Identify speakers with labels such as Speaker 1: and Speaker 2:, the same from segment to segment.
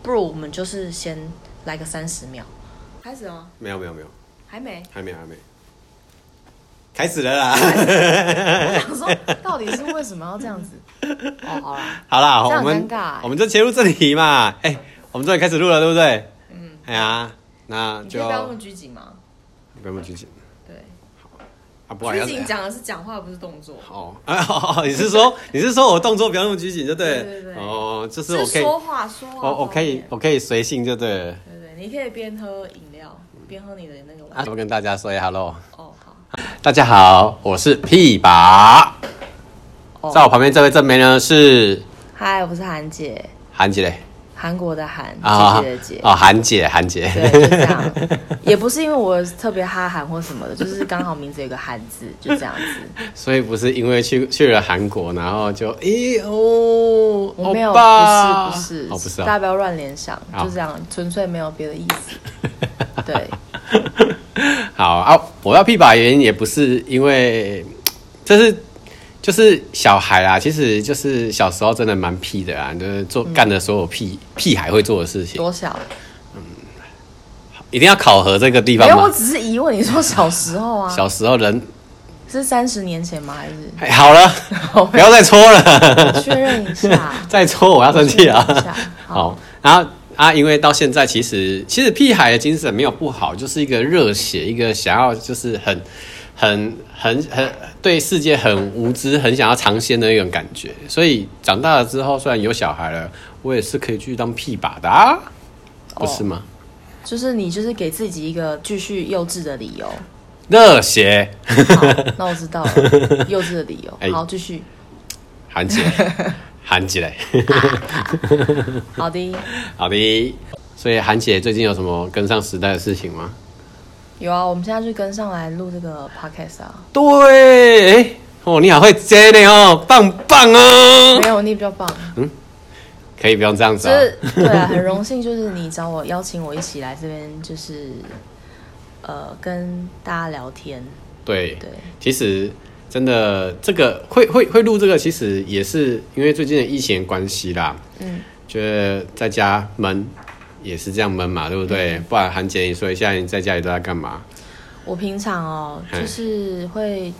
Speaker 1: 不如我们就是先来个三十秒，开始了吗？
Speaker 2: 没有没有没有，。
Speaker 1: 还没
Speaker 2: 还没还没，开始了啦！
Speaker 1: 我想说，到底是为什么要这 样子？哦，好啦，
Speaker 2: 好啦，
Speaker 1: 这样
Speaker 2: 我们
Speaker 1: 很尴尬欸
Speaker 2: 我们就切入正题嘛。哎、我们终于开始录了，对不对？嗯。哎呀，那
Speaker 1: 你可
Speaker 2: 就
Speaker 1: 以不要那么拘谨吗？
Speaker 2: 不要那么拘谨
Speaker 1: 对，
Speaker 2: 啊！不好意
Speaker 1: 拘谨
Speaker 2: 思。
Speaker 1: 讲的是讲话，不是动作。
Speaker 2: 哦， 哎哦哦，你是 说你是说我动作不要那么拘谨，就对了。
Speaker 1: 对对对
Speaker 2: 哦，就是我
Speaker 1: 是
Speaker 2: 可以，
Speaker 1: 说话说话。
Speaker 2: 我我可以。我可以随性就对了。
Speaker 1: 对对，你可以边喝饮料边喝你的那个
Speaker 2: 啊，
Speaker 1: 碗。
Speaker 2: 我跟大家说一 hello，
Speaker 1: 哦，好。
Speaker 2: 大家好，我是屁拔，
Speaker 1: 哦
Speaker 2: 在我旁边这位正妹呢是
Speaker 1: 嗨，我是韩姐，
Speaker 2: 韩姐嘞
Speaker 1: 韩国的韩，
Speaker 2: 啊
Speaker 1: 姐姐的姐。
Speaker 2: 哦，韩姐韩姐，
Speaker 1: 对，就这样，也不是因为我特别哈韩或什么的，就是刚好名字有个韩字，就这样子。
Speaker 2: 所以不是因为去去了韩国，然后就咦哦，
Speaker 1: 我没有，
Speaker 2: 欧
Speaker 1: 不
Speaker 2: 巴
Speaker 1: 是
Speaker 2: 哦
Speaker 1: 不
Speaker 2: 不
Speaker 1: 是，
Speaker 2: 是
Speaker 1: 大家
Speaker 2: 啊，
Speaker 1: 不要乱联想，
Speaker 2: 好
Speaker 1: 就这样，纯粹没有别的意 思。对，
Speaker 2: 好啊，我要屁把原因也不是因为，这是就是小孩啊，其实就是小时候真的蛮屁的啊，就是做
Speaker 1: 嗯
Speaker 2: 干的所有屁屁孩会做的事情，
Speaker 1: 多小？
Speaker 2: 一定要考核这个地
Speaker 1: 没
Speaker 2: 方
Speaker 1: 哎有，我
Speaker 2: 吗？
Speaker 1: 只是疑问你说小时候啊，
Speaker 2: 小时候人
Speaker 1: 是三十年前吗？还是
Speaker 2: 哎，好了，不要再搓了，
Speaker 1: 确认一下？
Speaker 2: 再搓我要 生气
Speaker 1: 确认一下
Speaker 2: 了。
Speaker 1: 好
Speaker 2: 好，然后啊，因为到现在其实其实屁孩的精神没有不好，就是一个热血，一个想要就是很很很很对世界很无知，很想要尝鲜的那种感觉。所以长大了之后，虽然有小孩了，我也是可以去当屁把的啊，不是吗？
Speaker 1: 就是你就是给自己一个继续幼稚的 理由。
Speaker 2: 热血，
Speaker 1: 好，那我知道了，幼稚的理
Speaker 2: 哎
Speaker 1: 由。好，继续。
Speaker 2: 韩姐，韩姐嘞，
Speaker 1: 好的，
Speaker 2: 好的。所以韩姐最近有什么跟上时代的事情吗？
Speaker 1: 有啊，我们现在就跟上来录这个 podcast 啊。
Speaker 2: 对，哎哦，你好会接呢哦，棒棒
Speaker 1: 没
Speaker 2: 哦！
Speaker 1: 有，你比较棒，
Speaker 2: 可以不用这样子
Speaker 1: 就
Speaker 2: 啊、
Speaker 1: 是对啊，很荣幸，就是你找我邀请我一起来这边，就是呃跟大家聊天。
Speaker 2: 对，
Speaker 1: 对，
Speaker 2: 其实真的这个会会会录这个，其实也是因为最近的疫情的关系啦。
Speaker 1: 嗯，
Speaker 2: 觉得在家闷也是这样闷嘛，对不对？
Speaker 1: 嗯
Speaker 2: 不然韩姐，你说一下你在家里都在干嘛？
Speaker 1: 我平常哦，
Speaker 2: 嘿
Speaker 1: 就是会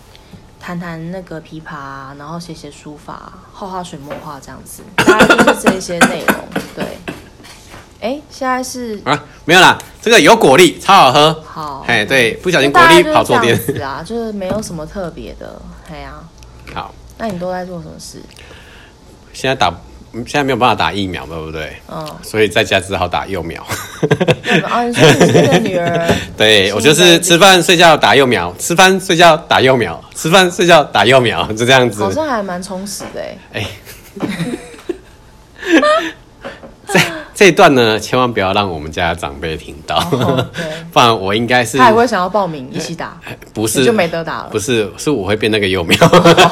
Speaker 1: 弹弹那个琵琶啊，然后写写书法，画画水墨画这样子，大概就是这一些内容。对，哎，现在是
Speaker 2: 啊，没有啦，这个有果粒，超好喝。
Speaker 1: 好，
Speaker 2: 哎，对，不小心
Speaker 1: 就
Speaker 2: 果
Speaker 1: 大概
Speaker 2: 粒
Speaker 1: 就是
Speaker 2: 跑错
Speaker 1: 这
Speaker 2: 店
Speaker 1: 样。子啊，就是没有什么特别的。哎呀、
Speaker 2: 好，
Speaker 1: 那你都在做什么事？
Speaker 2: 现在打，现在没有办法打疫苗，对不对？
Speaker 1: 嗯，
Speaker 2: 所以在家只好打幼苗。
Speaker 1: 啊，你说你是那个女儿，
Speaker 2: 对，我就是吃饭睡觉打幼苗，吃饭睡觉打幼苗，吃饭睡觉打幼苗， 就这样子
Speaker 1: 好。像还蛮充实的哎。
Speaker 2: 哎、 这这一段呢，千万不要让我们家的长辈听到，
Speaker 1: 哦对
Speaker 2: 不然我应该是
Speaker 1: 他也会想要报名一起打，
Speaker 2: 不
Speaker 1: 你
Speaker 2: 是
Speaker 1: 就没得打了
Speaker 2: 不是是我会变那个幼苗，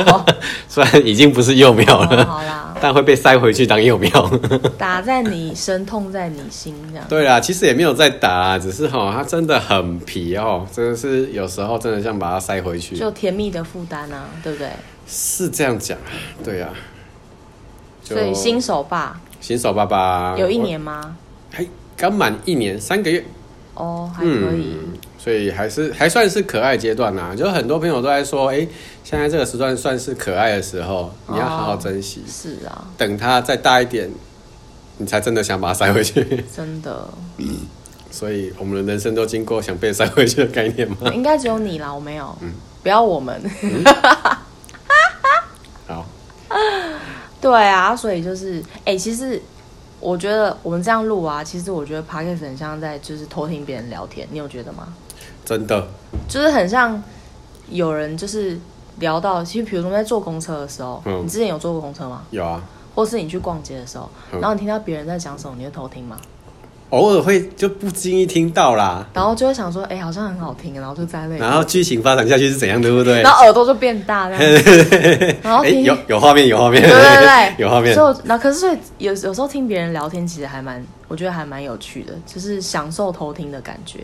Speaker 2: 虽然已经不是幼苗
Speaker 1: 哦
Speaker 2: 了，
Speaker 1: 好 啦
Speaker 2: 但会被塞回去当幼苗。
Speaker 1: 打在你身，痛在你心，这样。
Speaker 2: 对啦，其实也没有在打啦，只是哈，它真的很皮哦，真的是有时候真的像把它塞回去，
Speaker 1: 就甜蜜的负担啊，对不对？
Speaker 2: 是这样讲，对呀、就
Speaker 1: 所以新手爸
Speaker 2: 新手爸爸
Speaker 1: 有一，年吗？
Speaker 2: 我还刚满一年三个月，
Speaker 1: 哦，还可以。
Speaker 2: 嗯，所以还是还算是可爱阶段啦、就很多朋友都在说，哎、现在这个时段算是可爱的时候，
Speaker 1: 哦
Speaker 2: 你要好好珍惜，
Speaker 1: 是啊，
Speaker 2: 等他再大一点，你才真的想把它塞回去。
Speaker 1: 真的，
Speaker 2: 所以我们的人生都经过想被塞回去的概 念嘛。
Speaker 1: 应该只有你啦，我没 有，
Speaker 2: 嗯
Speaker 1: 不要我们。
Speaker 2: 好，
Speaker 1: 对啊，所以就是，哎、其实我觉得我们这样录啊，其实我觉得 podcast 很像在就是偷听别人聊天，你有觉得吗？
Speaker 2: 真的，
Speaker 1: 就是很像有人就是聊到，其实比如说在坐公车的时候，
Speaker 2: 嗯
Speaker 1: 你之前有坐过公车吗？
Speaker 2: 有啊，
Speaker 1: 或是你去逛街的时候，
Speaker 2: 嗯
Speaker 1: 然后你听到别人在讲什么，你会偷听吗？
Speaker 2: 偶尔会就不经意听到啦，
Speaker 1: 然后就会想说，哎、好像很好听，然后就在那里，
Speaker 2: 然后剧情发展下去是怎样，对不对？
Speaker 1: 然后耳朵就变大这样子， 然后
Speaker 2: 哎、
Speaker 1: 听，
Speaker 2: 有有画面，有画面，，
Speaker 1: 哦对对对
Speaker 2: 有画面
Speaker 1: 所。以我，那可是所以有有时候听别人聊天，其实还蛮，我觉得还蛮有趣的，就是享受偷听的感觉。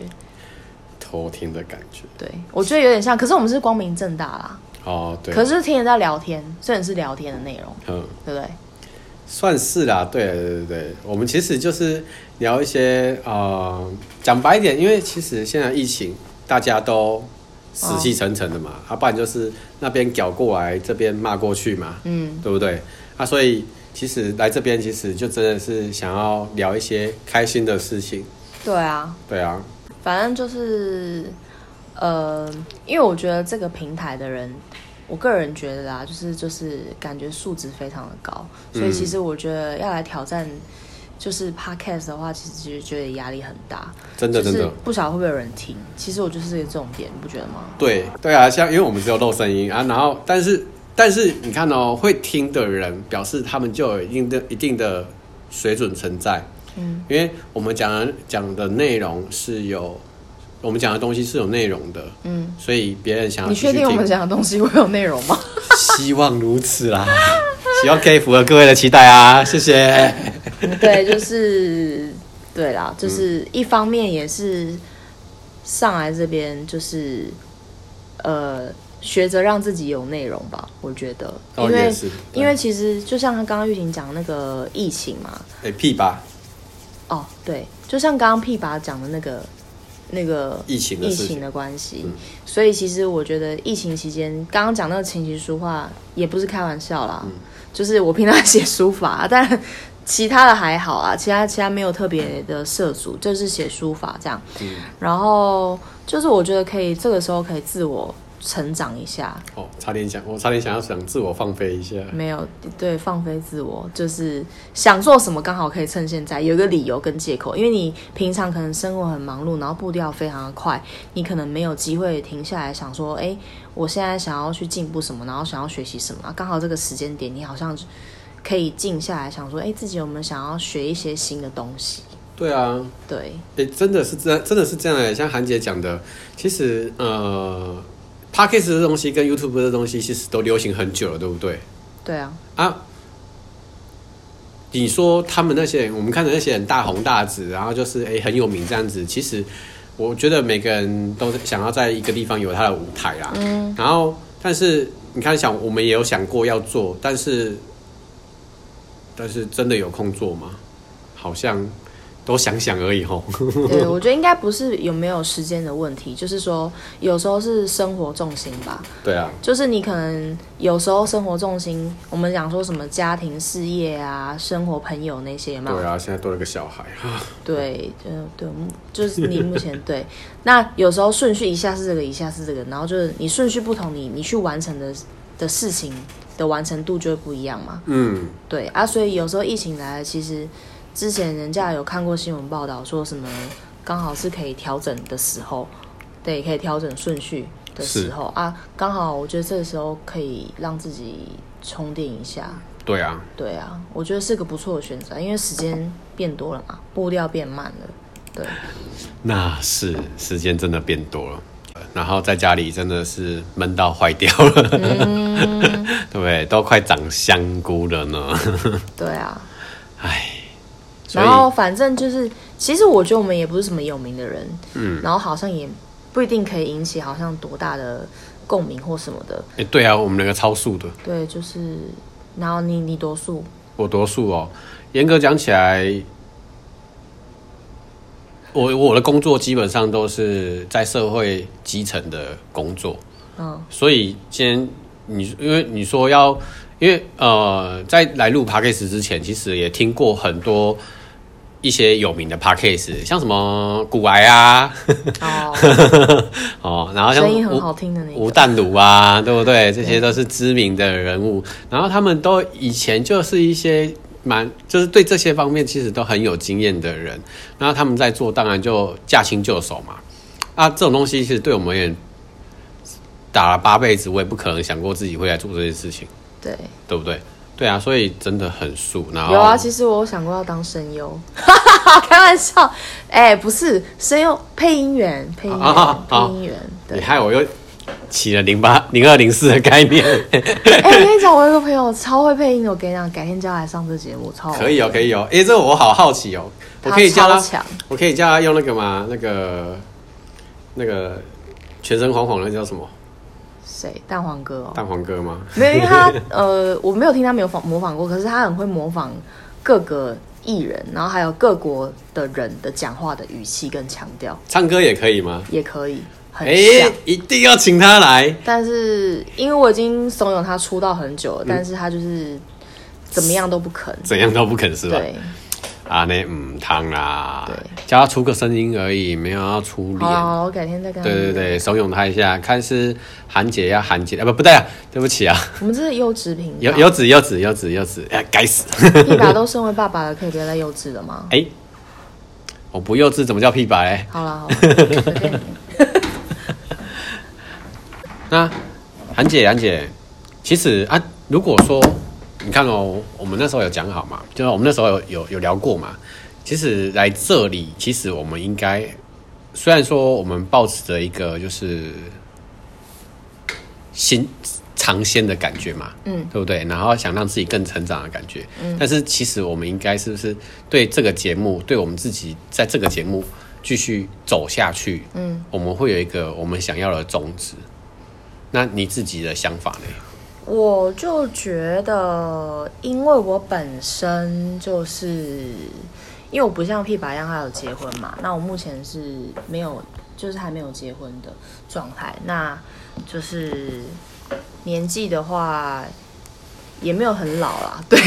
Speaker 2: 偷听的感觉。
Speaker 1: 对，我觉得有点像，可是我们是光明正大啦，
Speaker 2: 哦，对。
Speaker 1: 可是听人家聊天，虽然是聊天的内容，
Speaker 2: 嗯，
Speaker 1: 对不对？
Speaker 2: 算是啦、对对对对，我们其实就是聊一些呃，讲白一点，因为其实现在疫情大家都死气沉沉的嘛，
Speaker 1: 嗯
Speaker 2: 要、不然就是那边屌过来，这边骂过去嘛，
Speaker 1: 嗯，
Speaker 2: 对不对？啊，所以其实来这边其实就真的是想要聊一些开心的事情，
Speaker 1: 对啊，
Speaker 2: 对啊，
Speaker 1: 反正就是，呃，因为我觉得这个平台的人，我个人觉得啊，就是就是感觉素质非常的高，所以
Speaker 2: 嗯
Speaker 1: 其实我觉得要来挑战就是 podcast 的话，其实其实觉得压力很大，
Speaker 2: 真的真
Speaker 1: 就
Speaker 2: 的。
Speaker 1: 是不晓得会不会有人听。其实我就是这个重点，你不觉得吗？
Speaker 2: 对对啊，像因为我们只有露声音啊，然后但是但是你看哦，会听的人表示他们就有一定的一定的水准存在，
Speaker 1: 嗯，
Speaker 2: 因为我们讲的讲的内容是有我们讲的东西是有内容的，
Speaker 1: 嗯，
Speaker 2: 所以别人想要
Speaker 1: 你
Speaker 2: 继续
Speaker 1: 确定我们
Speaker 2: 听
Speaker 1: 讲的东西会有内容吗？
Speaker 2: 希望如此啦，希望可以符合各位的期待啊，谢谢。
Speaker 1: 对，就是对啦，
Speaker 2: 嗯
Speaker 1: 就是一方面也是上来这边就是呃，学着让自己有内容吧，我觉得，因
Speaker 2: 哦，
Speaker 1: 为
Speaker 2: 也、是，
Speaker 1: 因为其实就像刚刚玉婷讲那个疫情嘛，
Speaker 2: 哎屁吧，
Speaker 1: 哦对，就像刚刚屁拔讲的那个那个
Speaker 2: 疫情的
Speaker 1: 疫
Speaker 2: 事
Speaker 1: 情
Speaker 2: 情，
Speaker 1: 的关系，
Speaker 2: 嗯
Speaker 1: 所以其实我觉得疫情期间，刚刚讲那个琴棋书画也不是开玩笑啦，
Speaker 2: 嗯
Speaker 1: 就是我平常写书法， 但其他的还好啊，其他其他没有特别的涉足，就是写书法这样。
Speaker 2: 嗯
Speaker 1: 然后就是我觉得可以这个时候可以自我成长一下，
Speaker 2: 哦，差点想，我差点想要想自我放飞一下，
Speaker 1: 没有对放飞自我，就是想做什么刚好可以趁现在有一个理由跟借口，因为你平常可能生活很忙碌，然后步调非常的快，你可能没有机会停下来想说，哎，我现在想要去进步什么，然后想要学习什么，刚好这个时间点你好像可以静下来想说，哎，自己有没有想要学一些新的东西？
Speaker 2: 对啊，
Speaker 1: 对，
Speaker 2: 哎、真的是这样，真的是这样哎、像韩姐讲的，其实呃 p a c k a g e 这东西跟 YouTube 这东西其实都流行很久了，对不对？
Speaker 1: 对啊，
Speaker 2: 啊，你说他们那些人，我们看的那些人大红大紫，然后就是哎、很有名这样子，其实我觉得每个人都想要在一个地方有他的舞台啦。嗯。然后，但是你看，想我们也有想过要做，但是但是真的有空做吗？好像都想想而已吼。
Speaker 1: 对，我觉得应该不是有没有时间的问题，就是说有时候是生活重心吧。
Speaker 2: 对啊。
Speaker 1: 就是你可能有时候生活重心，我们讲说什么家庭、事业啊、生活、朋友那些嘛，
Speaker 2: 对啊，现在多了个小孩啊，
Speaker 1: 对，呃，对，目就是你目前对。那有时候顺序一下是这个，一下是这个，然后就是你顺序不同，你你去完成的的事情的完成度就会不一样嘛。
Speaker 2: 嗯，
Speaker 1: 对啊，所以有时候疫情来了，其实之前人家有看过新闻报道，说什么刚好是可以调整的时候，对，可以调整顺序的时候啊，刚好我觉得这个时候可以让自己充电一下。
Speaker 2: 对啊，
Speaker 1: 对啊，我觉得是个不错的选择，啊因为时间变多了嘛，步调变慢了。对，
Speaker 2: 那是时间真的变多了，然后在家里真的是闷到坏掉了， 对不对？都快长香菇了呢，
Speaker 1: 对啊。
Speaker 2: 唉，所以
Speaker 1: 然后反正就是，其实我觉得我们也不是什么有名的人，嗯，然后好像也不一定可以引起好像多大的共鸣或什么的，
Speaker 2: 诶对啊，我们那个超速的，
Speaker 1: 对，就是，然后你你多数，
Speaker 2: 我多速哦，严格讲起来。我我的工作基本上都是在社会基层的工作，
Speaker 1: 嗯，
Speaker 2: 所以今天你因为你说要，因为呃，在来录 podcast 之前，其实也听过很多一些有名的 podcast，像什么古癌啊，
Speaker 1: 哦，
Speaker 2: 哦，然后像
Speaker 1: 声音很
Speaker 2: 吴
Speaker 1: 好听的那
Speaker 2: 吴
Speaker 1: 个，
Speaker 2: 淡如啊，对不对？这些都是知名的人物，然后他们都以前就是一些蛮，就是对这些方面其实都很有经验的人，然后他们在做，当然就驾轻就熟嘛。啊，这种东西其实对我们也打了八辈子，我也不可能想过自己会来做这件事情，
Speaker 1: 对，
Speaker 2: 对不对？对啊，所以真的很素。然后
Speaker 1: 有啊，其实我有想过要当声优， 开玩笑，哎、不是声优，配音员，配音员，
Speaker 2: 啊啊
Speaker 1: 配
Speaker 2: 啊
Speaker 1: 音员，
Speaker 2: 你
Speaker 1: 对，
Speaker 2: 害我又起了零八零二零四的概念，
Speaker 1: 哎、我跟你讲，我有个朋友超会配音的，我跟你讲，改天叫他来上这节目，超好
Speaker 2: 可以哦，可以哦。诶，这我好好奇哦，我
Speaker 1: 他
Speaker 2: 可以叫
Speaker 1: 超
Speaker 2: 他。
Speaker 1: 强，
Speaker 2: 我可以叫他用那个吗？那个那个全身晃晃的叫什么？
Speaker 1: 谁？蛋黄哥哦，
Speaker 2: 蛋黄哥吗？
Speaker 1: 没有，因为他呃，我没有听他没有仿模仿过，可是他很会模仿各个艺人，然后还有各国的人的讲话的语气跟腔调，
Speaker 2: 唱歌也可以吗？
Speaker 1: 也可以很
Speaker 2: 哎、
Speaker 1: 像。
Speaker 2: 一定要请他来。
Speaker 1: 但是因为我已经怂恿他出道很久了，但是他就是怎么样都不肯。
Speaker 2: 怎样都不肯嗯是吧？
Speaker 1: 对，
Speaker 2: 啊，那嗯，汤啦
Speaker 1: 对，哦
Speaker 2: 叫他出个声音而已，没有要出脸。
Speaker 1: 好，我改天再跟他。
Speaker 2: 对对，对，怂恿他一下，看是韩姐要韩姐啊，不不对啊，对不起啊，
Speaker 1: 我们这是优质频道
Speaker 2: 有，有子有子有子有子，哎、该死！
Speaker 1: 屁爸都身为爸爸了，可以不要再幼稚了吗？
Speaker 2: 哎、我不幼稚怎么叫屁白嘞？
Speaker 1: 好啦好啦，随便你
Speaker 2: 那韩姐，韩姐，其实啊，如果说你看哦，我们那时候有讲好嘛，就是我们那时候有有有聊过嘛。其实来这里，其实我们应该，虽然说我们抱持着一个就是新尝鲜的感觉嘛，
Speaker 1: 嗯，
Speaker 2: 对不对？然后想让自己更成长的感觉，嗯。但是其实我们应该是不是对这个节目，对我们自己在这个节目继续走下去，
Speaker 1: 嗯，
Speaker 2: 我们会有一个我们想要的宗旨。那你自己的想法呢？
Speaker 1: 我就觉得，因为我本身就是，因为我不像屁爸一样还有结婚嘛，那我目前是没有，就是还没有结婚的状态。那就是年纪的话，也没有很老啦，对，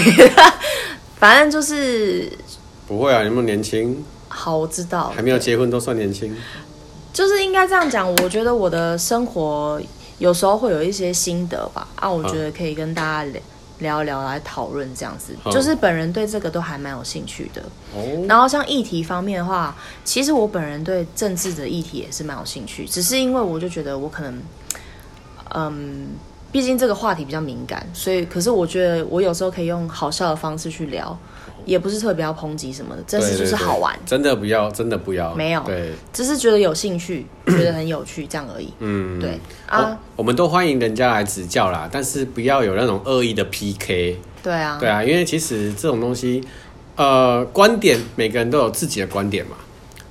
Speaker 1: 反正就是
Speaker 2: 不会啊，你们年轻，
Speaker 1: 好，我知道了，
Speaker 2: 还没有结婚都算年轻。
Speaker 1: 就是应该这样讲，我觉得我的生活有时候会有一些心得吧，啊，
Speaker 2: 嗯
Speaker 1: 我觉得可以跟大家聊聊一聊来讨论这样子，
Speaker 2: 嗯
Speaker 1: 就是本人对这个都还蛮有兴趣的。
Speaker 2: 哦，
Speaker 1: 然后像议题方面的话，其实我本人对政治的议题也是蛮有兴趣，只是因为我就觉得我可能，嗯，毕竟这个话题比较敏感，所以可是我觉得我有时候可以用好笑的方式去聊，也不是特别要抨击什么的，但是就是好玩。
Speaker 2: 真的不要，真的不要，
Speaker 1: 没有
Speaker 2: 对，
Speaker 1: 只是觉得有兴 趣，觉得很有趣这样而已。
Speaker 2: 嗯，
Speaker 1: 对啊
Speaker 2: 我，我们都欢迎人家来指教啦，但是不要有那种恶意的 PK。
Speaker 1: 对啊，
Speaker 2: 对啊，因为其实这种东西，呃，观点每个人都有自己的观点嘛，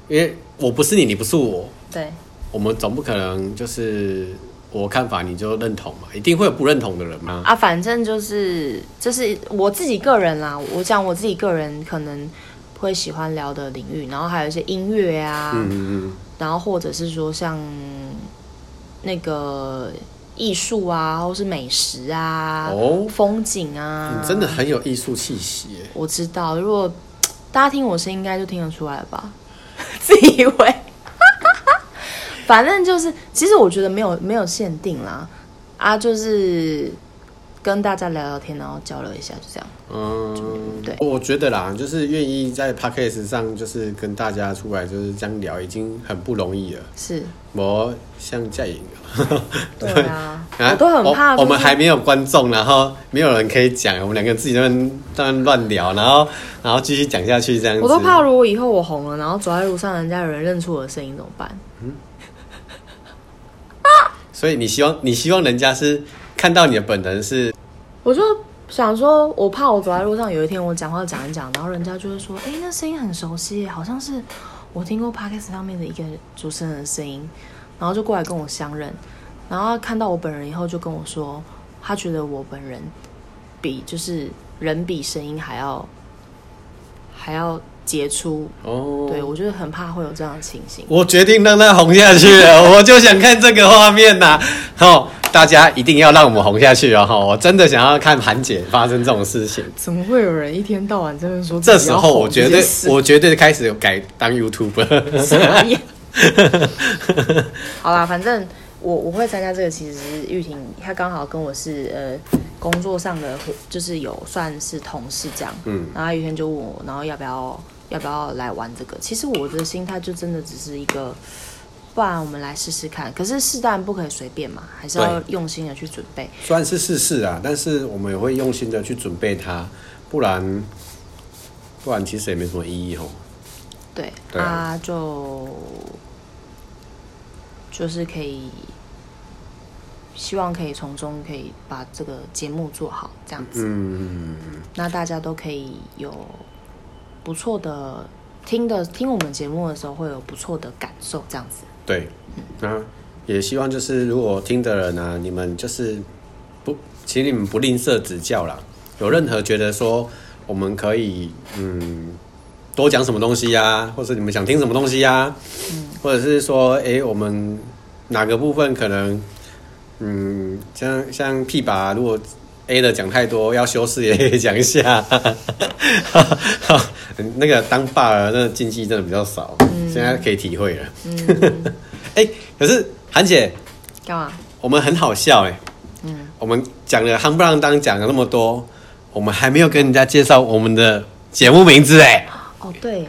Speaker 2: 因为我不是你，你不是我，
Speaker 1: 对
Speaker 2: 我们总不可能就是我看法你就认同嘛，一定会有不认同的人嘛。
Speaker 1: 啊，反正就是这是我自己个人啦，我讲我自己个人可能会喜欢聊的领域，然后还有一些音乐啊，
Speaker 2: 嗯嗯嗯。
Speaker 1: 然后或者是说像那个艺术啊，或是美食啊，
Speaker 2: 哦
Speaker 1: 风景啊，
Speaker 2: 你真的很有艺术气息耶！
Speaker 1: 我知道，如果大家听我声音，应该就听得出来了吧？ 自以为， 反正就是，其实我觉得没有没有限定啦，啊，就是跟大家聊聊天，然后交流一下，就这样。
Speaker 2: 嗯，
Speaker 1: 对
Speaker 2: 我觉得啦，就是愿意在 podcast 上，就是跟大家出来就是这样聊，已经很不容易了。
Speaker 1: 是，
Speaker 2: 我像在赢，
Speaker 1: 对啊， 我都很怕、就
Speaker 2: 我。
Speaker 1: 是
Speaker 2: 我们还没有观众，然后没有人可以讲，我们两个自己在那边在那边乱聊，然后然后继续讲下去这样子。
Speaker 1: 我都怕，如果以后我红了，然后走在路上，人家有人认出我的声音怎么办？
Speaker 2: 所以你希望你希望人家是看到你的本人是
Speaker 1: 我就想说，我怕我走在路上，有一天我讲话讲一讲，然后人家就会说：“哎、那声音很熟悉，好像是我听过 podcast 上面的一个主持人的声音。”然后就过来跟我相认，然后看到我本人以后就跟我说，他觉得我本人比就是人比声音还要还要杰出。
Speaker 2: 哦，
Speaker 1: 对我就是很怕会有这样的情形。
Speaker 2: 我决定让他红下去了，我就想看这个画面呐、哦，大家一定要让我们红下去哦！吼我真的想要看韩姐发生这种事情。
Speaker 1: 怎么会有人一天到晚在那说
Speaker 2: 这时候我绝对，
Speaker 1: 啊
Speaker 2: 我绝对开始有改当 YouTuber。
Speaker 1: 傻眼 好啦，反正我我会参加这个，其实是玉婷她刚好跟我是呃工作上的伙，就是有算是同事这样。
Speaker 2: 嗯，
Speaker 1: 然后她有一天就问我，然后要不要要不要来玩这个？其实我的心态就真的只是一个，不然我们来试试看。可是试但不可以随便嘛，还是要用心的去准备。
Speaker 2: 虽然是试试啊，但是我们也会用心的去准备它，不然不然其实也没什么意义哦。
Speaker 1: 对，
Speaker 2: 对啊
Speaker 1: 就就是可以，希望可以从中可以把这个节目做好，这样子，
Speaker 2: 嗯，
Speaker 1: 那大家都可以有不错的听的听我们节目的时候会有不错的感受，这样子。
Speaker 2: 对。那也希望就是如果听的人啊，你们就是不，请你们不吝啬指教啦。有任何觉得说我们可以嗯多讲什么东西呀、或者你们想听什么东西呀、或者是说诶，我们哪个部分可能嗯像像屁吧，如果 A 的讲太多，要修饰也 讲一下。那个当爸了，那个禁忌真的比较少，现在可以体会了。哎、可是韩姐，
Speaker 1: 干嘛？
Speaker 2: 我们很好笑哎、嗯，我们讲了夯不啷当讲了那么多，我们还没有跟人家介绍我们的节目名字哎、
Speaker 1: 哦，对耶，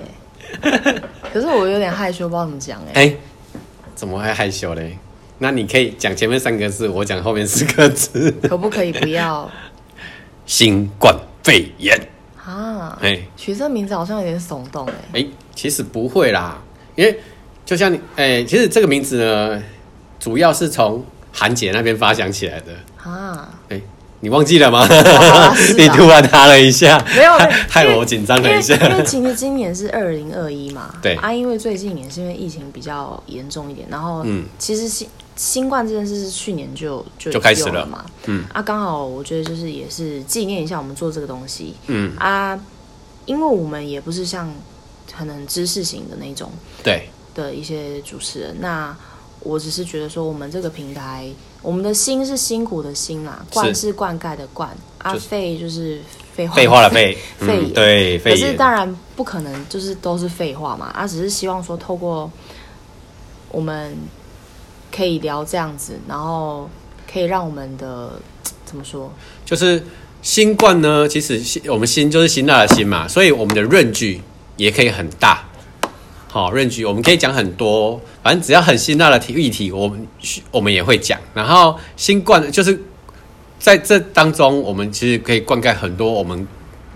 Speaker 1: 可是我有点害羞，不知道怎么讲哎。
Speaker 2: 哎、怎么会害羞嘞？那你可以讲前面三个字，我讲后面四个字。
Speaker 1: 可不可以不要
Speaker 2: 新冠肺炎，
Speaker 1: 啊？
Speaker 2: 哎、
Speaker 1: 取这名字好像有点耸动哎。
Speaker 2: 哎、其实不会啦，因为就像你，哎、其实这个名字呢，主要是从韩姐那边发想起来的。
Speaker 1: 啊，
Speaker 2: 哎、你忘记了吗？
Speaker 1: 啊是啊
Speaker 2: 你突然哈了一下，
Speaker 1: 没有，
Speaker 2: 害害
Speaker 1: 因为
Speaker 2: 我紧张了一下
Speaker 1: 因。为因为其实今年是二零二一嘛，
Speaker 2: 对
Speaker 1: 啊，因为最近也是因为疫情比较严重一点，然后
Speaker 2: 嗯
Speaker 1: 其实新新冠这件事是去年就就
Speaker 2: 就开始
Speaker 1: 有
Speaker 2: 了
Speaker 1: 了嘛，嗯，啊，刚好我觉得就是也是纪念一下我们做这个东西，
Speaker 2: 嗯，
Speaker 1: 啊，因为我们也不是像可能知识型的那种
Speaker 2: 对，
Speaker 1: 的一些主持人，那我只是觉得说我们这个平台，我们的心是辛苦的心啦，灌是灌溉的灌，啊，
Speaker 2: 就是
Speaker 1: 肺就是废话，
Speaker 2: 废话了肺，
Speaker 1: 肺炎
Speaker 2: 嗯，对，肺
Speaker 1: 可是
Speaker 2: 炎，
Speaker 1: 当然不可能就是都是废话嘛，啊，只是希望说透过我们可以聊这样子，然后可以让我们的怎么说，
Speaker 2: 就是新冠呢，其实新我们新就是辛辣的辛嘛，所以我们的润距也可以很大。好，润距我们可以讲很多，反正只要很辛辣的体议题，我们我们也会讲。然后新冠就是在这当中，我们其实可以灌溉很多我们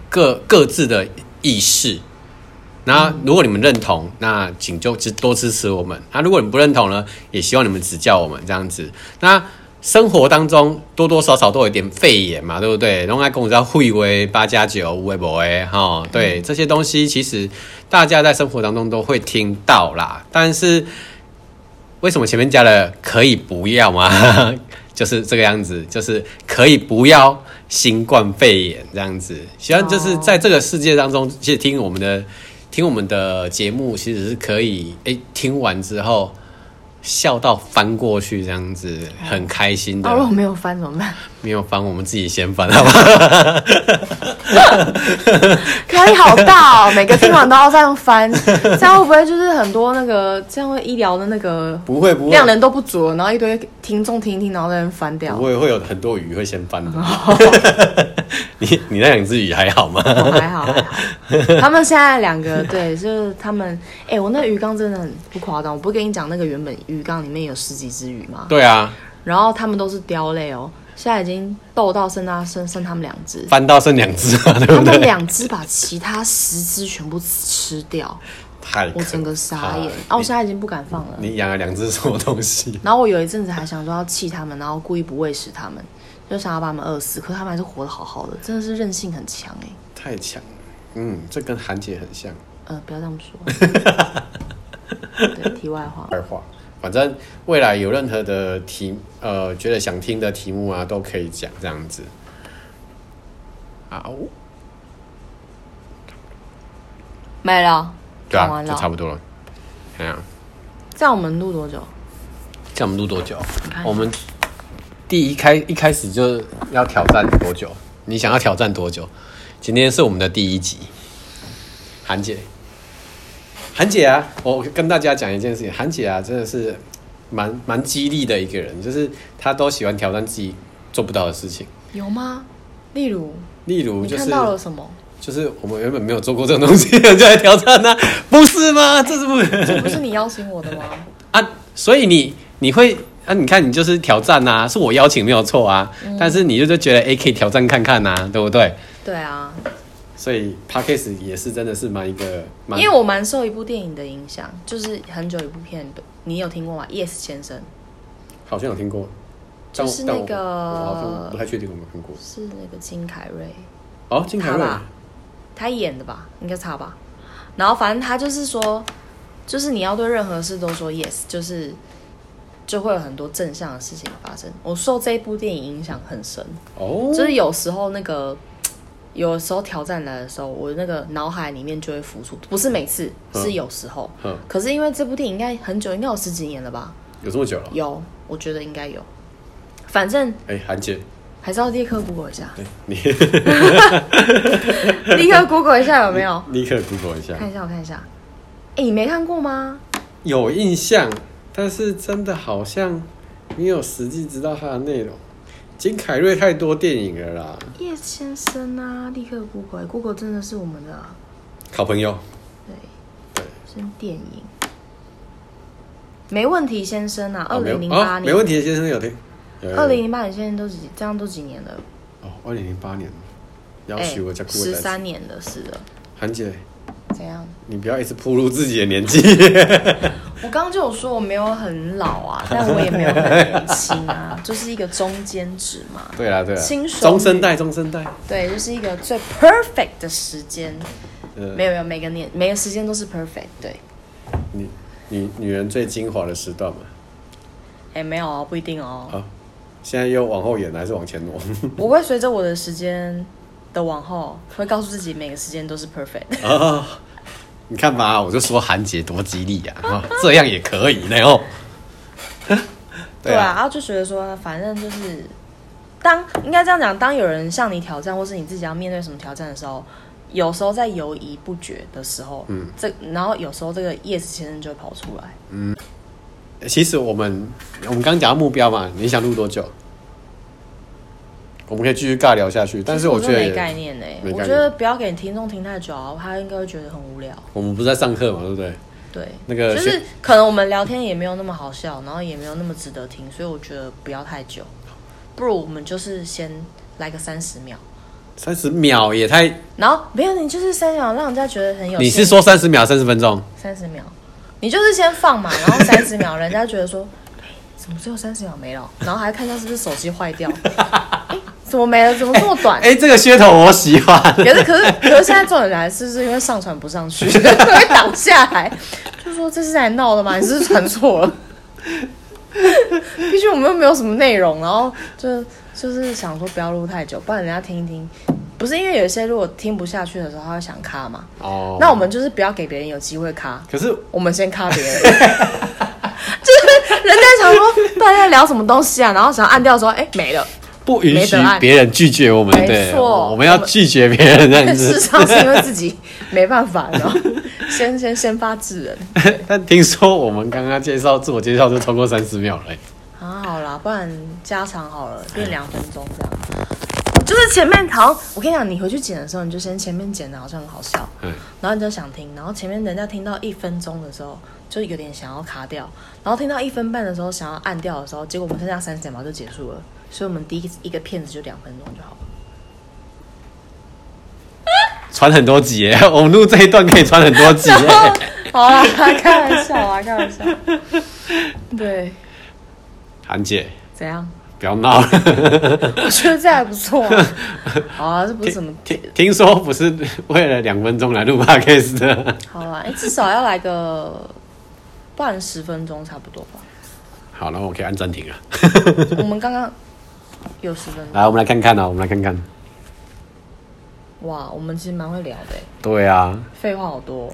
Speaker 2: 各各自的意识。那如果你们认同，那请就支多支持我们。那如果你不认同呢，也希望你们指教我们这样子。那生活当中多多少少都有一点肺炎嘛，对不对？然后跟我知道会为八加九、无为不为哈，对这些东西，其实大家在生活当中都会听到啦。但是为什么前面加了可以不要吗？ 就是这个样子，就是可以不要新冠肺炎这样子。希望就是
Speaker 1: 哦
Speaker 2: 在这个世界当中，其实听我们的听我们的节目，其实是可以诶、听完之后笑到翻过去这样子，很开心的。
Speaker 1: 啊，如果没有翻怎么办？
Speaker 2: 没有翻，我们自己先翻，好吧？
Speaker 1: 压力好大哦，每个听完都要这样翻， 这样会不会就是很多那个这样会医疗的那个
Speaker 2: 不会不
Speaker 1: 量人都不足了，然后一堆听众听一听，然后在那边翻掉
Speaker 2: 不，会会有很多鱼会先翻的。 你你那两只鱼还好吗？
Speaker 1: 哦还好还好。他们现在两个对，就是他们，哎、我那鱼缸真的很不夸张，我不是跟你讲那个原本鱼缸里面有十几只鱼吗？
Speaker 2: 对啊，
Speaker 1: 然后他们都是雕类哦，现在已经斗到剩他剩剩他们两只，
Speaker 2: 翻到剩两只啊， 对
Speaker 1: 他们
Speaker 2: 不对？
Speaker 1: 两只把其他十只全部吃掉，
Speaker 2: 太
Speaker 1: 我整个傻眼，啊，我现在已经不敢放了。
Speaker 2: 你养了两只什么东西？
Speaker 1: 然后我有一阵子还想说要气他们，然后故意不喂食他们，就想要把他们饿死。可是他们还是活得好好的，真的是韧性很强哎、
Speaker 2: 太强了，嗯，这跟韩姐很像。
Speaker 1: 呃，不要这么 说。对，题外话，
Speaker 2: 坏话。反正未来有任何的题，呃，觉得想听的题目啊，都可以讲这样子。好，
Speaker 1: 没了，
Speaker 2: 对
Speaker 1: 讲
Speaker 2: 啊，
Speaker 1: 完
Speaker 2: 就差
Speaker 1: 了。
Speaker 2: 不多了。哎呀、
Speaker 1: 这样我们录多久？
Speaker 2: 这样我们录多久
Speaker 1: 看？
Speaker 2: 我们第一开一开始就要挑战多久？你想要挑战多久？今天是我们的第一集，韩姐，韩姐啊，我跟大家讲一件事情，韩姐啊，真的是蛮蛮激励的一个人，就是她都喜欢挑战自己做不到的事情，
Speaker 1: 有吗？例如，
Speaker 2: 例如
Speaker 1: 你
Speaker 2: 就
Speaker 1: 看
Speaker 2: 是
Speaker 1: 到了什 么？
Speaker 2: 就是我们原本没有做过这种东西， 就来挑战她，不是吗？这是不
Speaker 1: 这不是你邀请我的 吗？
Speaker 2: 啊，所以你你会啊？你看你就是挑战呐、是我邀请没有错啊，
Speaker 1: 嗯
Speaker 2: 但是你就就觉得哎、诶可以挑战看看呐、对不对？
Speaker 1: 对啊，
Speaker 2: 所以 podcast 也是真的是蛮一个蛮
Speaker 1: 因为我蛮受一部电影的影响，就是很久一部片，你有听过吗？Yes 先生
Speaker 2: 好像有听过，但
Speaker 1: 就
Speaker 2: 我
Speaker 1: 是
Speaker 2: 但
Speaker 1: 那个
Speaker 2: 我我好像不太确定有没有看过
Speaker 1: 是那个金凯瑞。
Speaker 2: 哦，金凯
Speaker 1: 他
Speaker 2: 瑞
Speaker 1: 吧他演的吧，应该是他吧。然后反正他就是说，就是你要对任何事都说 yes，就是就会有很多正向的事情发生。我受这一部电影影响很深，
Speaker 2: 哦，
Speaker 1: 就是有时候那个，有时候挑战来的时候，我那个脑海里面就会浮出，不是每次，
Speaker 2: 嗯
Speaker 1: 是有时候。
Speaker 2: 嗯，
Speaker 1: 可是因为这部电影应该很久，应该有十几年了吧？
Speaker 2: 有这么久了？
Speaker 1: 有，我觉得应该有。反正
Speaker 2: 哎、韩姐，
Speaker 1: 还是要立刻 Google 一下，
Speaker 2: 你
Speaker 1: 立刻 Google 一下有没有？
Speaker 2: 立刻 Google 一下，
Speaker 1: 看一下，我看一下。哎、你没看过吗？
Speaker 2: 有印象，但是真的好像没有实际知道它的内容。金凯瑞太多电影了啦，
Speaker 1: 叶先生啊，立刻 Google，Google 真的是我们的
Speaker 2: 好朋友，
Speaker 1: 对，是电影。没问题，先生啊，
Speaker 2: 哦
Speaker 1: 二
Speaker 2: 没有
Speaker 1: 零零八
Speaker 2: 哦没问
Speaker 1: 年，
Speaker 2: 题，先生有听。
Speaker 1: 二零零八年现在都几这样都几年了？
Speaker 2: 哦，二零零八年，要
Speaker 1: 哎
Speaker 2: 许我加，
Speaker 1: 十三年的事了，
Speaker 2: 韩姐，
Speaker 1: 怎样？
Speaker 2: 你不要一直暴露自己 的年纪。
Speaker 1: 我刚刚就有说我没有很老啊，但我也没有很年轻啊， 就是一个中间值嘛。
Speaker 2: 对啦对啦，
Speaker 1: 新手
Speaker 2: 中生代中生代，
Speaker 1: 对，就是一个最 perfect 的时间。
Speaker 2: 呃
Speaker 1: 没有没有，每个年每个时间都是 perfect。对，
Speaker 2: 女女女人最精华的时段嘛。
Speaker 1: 哎，没有哦，不一定哦。
Speaker 2: 好，现在又往后延了还是 往前挪？
Speaker 1: 我会随着我的时间的往后，会告诉自己每个时间都是 perfect。
Speaker 2: 啊、你看吧，我就说韩姐多激励呀、啊， 这样也可以呢哦。
Speaker 1: 对啊，然后就觉得说，反正就是当应该这样讲，当有人向你挑战，或是你自己要面对什么挑战的时候，有时候在犹疑不决的时候，嗯，这然后有时候这个 yes 先生就会跑出来。
Speaker 2: 其实我们我们刚讲到目标嘛，你想录多久？我们可以继续尬聊下去，但是我觉得
Speaker 1: 没
Speaker 2: 也
Speaker 1: 概念呢、
Speaker 2: 没概念
Speaker 1: 我觉得不要给听众听太久啊，他应该会觉得很无聊。
Speaker 2: 我们不是在上课嘛，对不对？
Speaker 1: 对，
Speaker 2: 那个
Speaker 1: 就是
Speaker 2: 学
Speaker 1: 可能我们聊天也没有那么好笑，然后也没有那么值得听，所以我觉得不要太久，不如我们就是先来个三十秒，
Speaker 2: 三十秒也太……
Speaker 1: 然后没有你就是三十秒，让人家觉得很有兴趣。
Speaker 2: 你是说三十秒、三十分钟？
Speaker 1: 三十秒？你就是先放嘛，然后三十秒，人家觉得说，哎怎么只有三十秒没了？然后还看一下是不是手机坏掉，哎怎么没了？怎么这么短？
Speaker 2: 哎、这个噱头我喜欢。
Speaker 1: 可是可是可是现在重点来是不是因为上传不上 去，会挡下来？就说这是在闹的吗？你是不是传错了？毕竟我们又没有什么内容，然后就就是想说不要录太久，不然人家听一听。不是因为有一些如果听不下去的时候，他会想卡嘛。
Speaker 2: 哦
Speaker 1: 那我们就是不要给别人有机会卡，
Speaker 2: 可是
Speaker 1: 我们先卡别人。就是人家想说大家在聊什么东西啊，然后想要按掉说，哎、没了。
Speaker 2: 不允
Speaker 1: 没
Speaker 2: 许
Speaker 1: 得按
Speaker 2: 别人拒绝我们，
Speaker 1: 没
Speaker 2: 对，
Speaker 1: 错
Speaker 2: 我我们
Speaker 1: 我
Speaker 2: 要
Speaker 1: 们
Speaker 2: 拒绝别人这样
Speaker 1: 但事实
Speaker 2: 子。
Speaker 1: 上 是因为自己没办法，然后先先先发制人
Speaker 2: 但听说我们刚刚介绍自我介绍就超过三十秒了、欸
Speaker 1: 啊，好啦，不然加长好了，变两分钟这样。就是前面好像，我跟你讲，你回去剪的时候，你就先前面剪的好像很好笑，
Speaker 2: 嗯，
Speaker 1: 然后你就想听，然后前面人家听到一分钟的时候，就有点想要卡掉，然后听到一分半的时候想要按掉的时候，结果我们剩下三十秒就结束了，所以我们第一一个片子就两分钟就好了。
Speaker 2: 传很多集、欸， 我们录这一段可以传很多 集、
Speaker 1: 然后
Speaker 2: 欸。
Speaker 1: 好啦，开玩笑啊，开玩笑。对，
Speaker 2: 韩姐，
Speaker 1: 怎样？
Speaker 2: 不要闹了。
Speaker 1: 我觉得这还不错、啊。好啊，这不是什么
Speaker 2: 听听说不是为了两分钟来录 podcast 的。
Speaker 1: 好啦，哎、至少要来个半十分钟差不多 吧。
Speaker 2: 好，然后我可以按暂停了。
Speaker 1: 我们刚刚有十分钟，
Speaker 2: 来，我们来看看啊，我们来看看。
Speaker 1: 哇，我们其实蛮会聊的、欸，
Speaker 2: 对啊，
Speaker 1: 废话好多哦、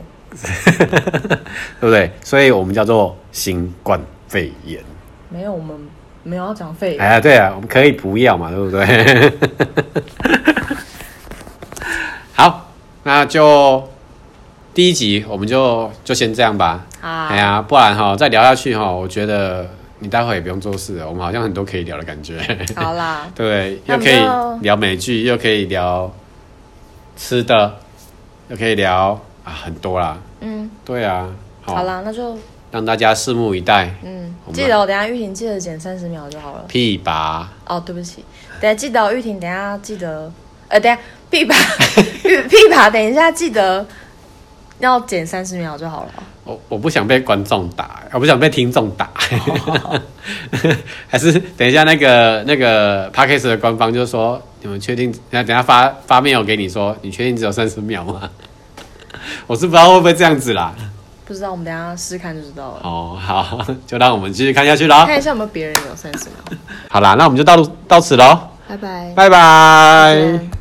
Speaker 2: 对不对？所以我们叫做新冠肺炎。
Speaker 1: 没有，我们没有要讲废
Speaker 2: 哎，呀，对啊，我们可以不要嘛，对不对？ 好，那就第一集我们就就先这样吧。
Speaker 1: 好
Speaker 2: 哎呀，不然哈，再聊下去哈，我觉得你待会也不用做事了，我们好像很多可以聊的感觉。
Speaker 1: 好啦，
Speaker 2: 对，
Speaker 1: 那我
Speaker 2: 又可
Speaker 1: 们
Speaker 2: 以
Speaker 1: 就
Speaker 2: 聊美剧，又可以聊吃的，又可以聊啊，很多啦。
Speaker 1: 嗯，
Speaker 2: 对啊，
Speaker 1: 好，啦，那就
Speaker 2: 让大家拭目以待。
Speaker 1: 嗯
Speaker 2: 我，们
Speaker 1: 记得我等一下玉婷记得减三十秒就好了。
Speaker 2: 屁吧，
Speaker 1: 哦，对不起，等一下记得哦玉婷，等一下记得，呃，等一下屁 吧，屁屁吧，等一下记得要减三十秒就好了。
Speaker 2: 我我不想被观众打，呃我不想被听众打， 还是等一下那个那个 p a c k a g e 的官方就说，你们确定？等下等下发 发 mail 给你说，你确定只有三十秒吗？我是不知道会不会这样子啦。
Speaker 1: 不知道，我们等一下试看就知道了。
Speaker 2: 哦，好，就让我们继续看下去喽。
Speaker 1: 看一下有没有别人有三十秒，
Speaker 2: 好啦，那我们就到到此喽，
Speaker 1: 拜拜，
Speaker 2: 拜拜。
Speaker 1: 见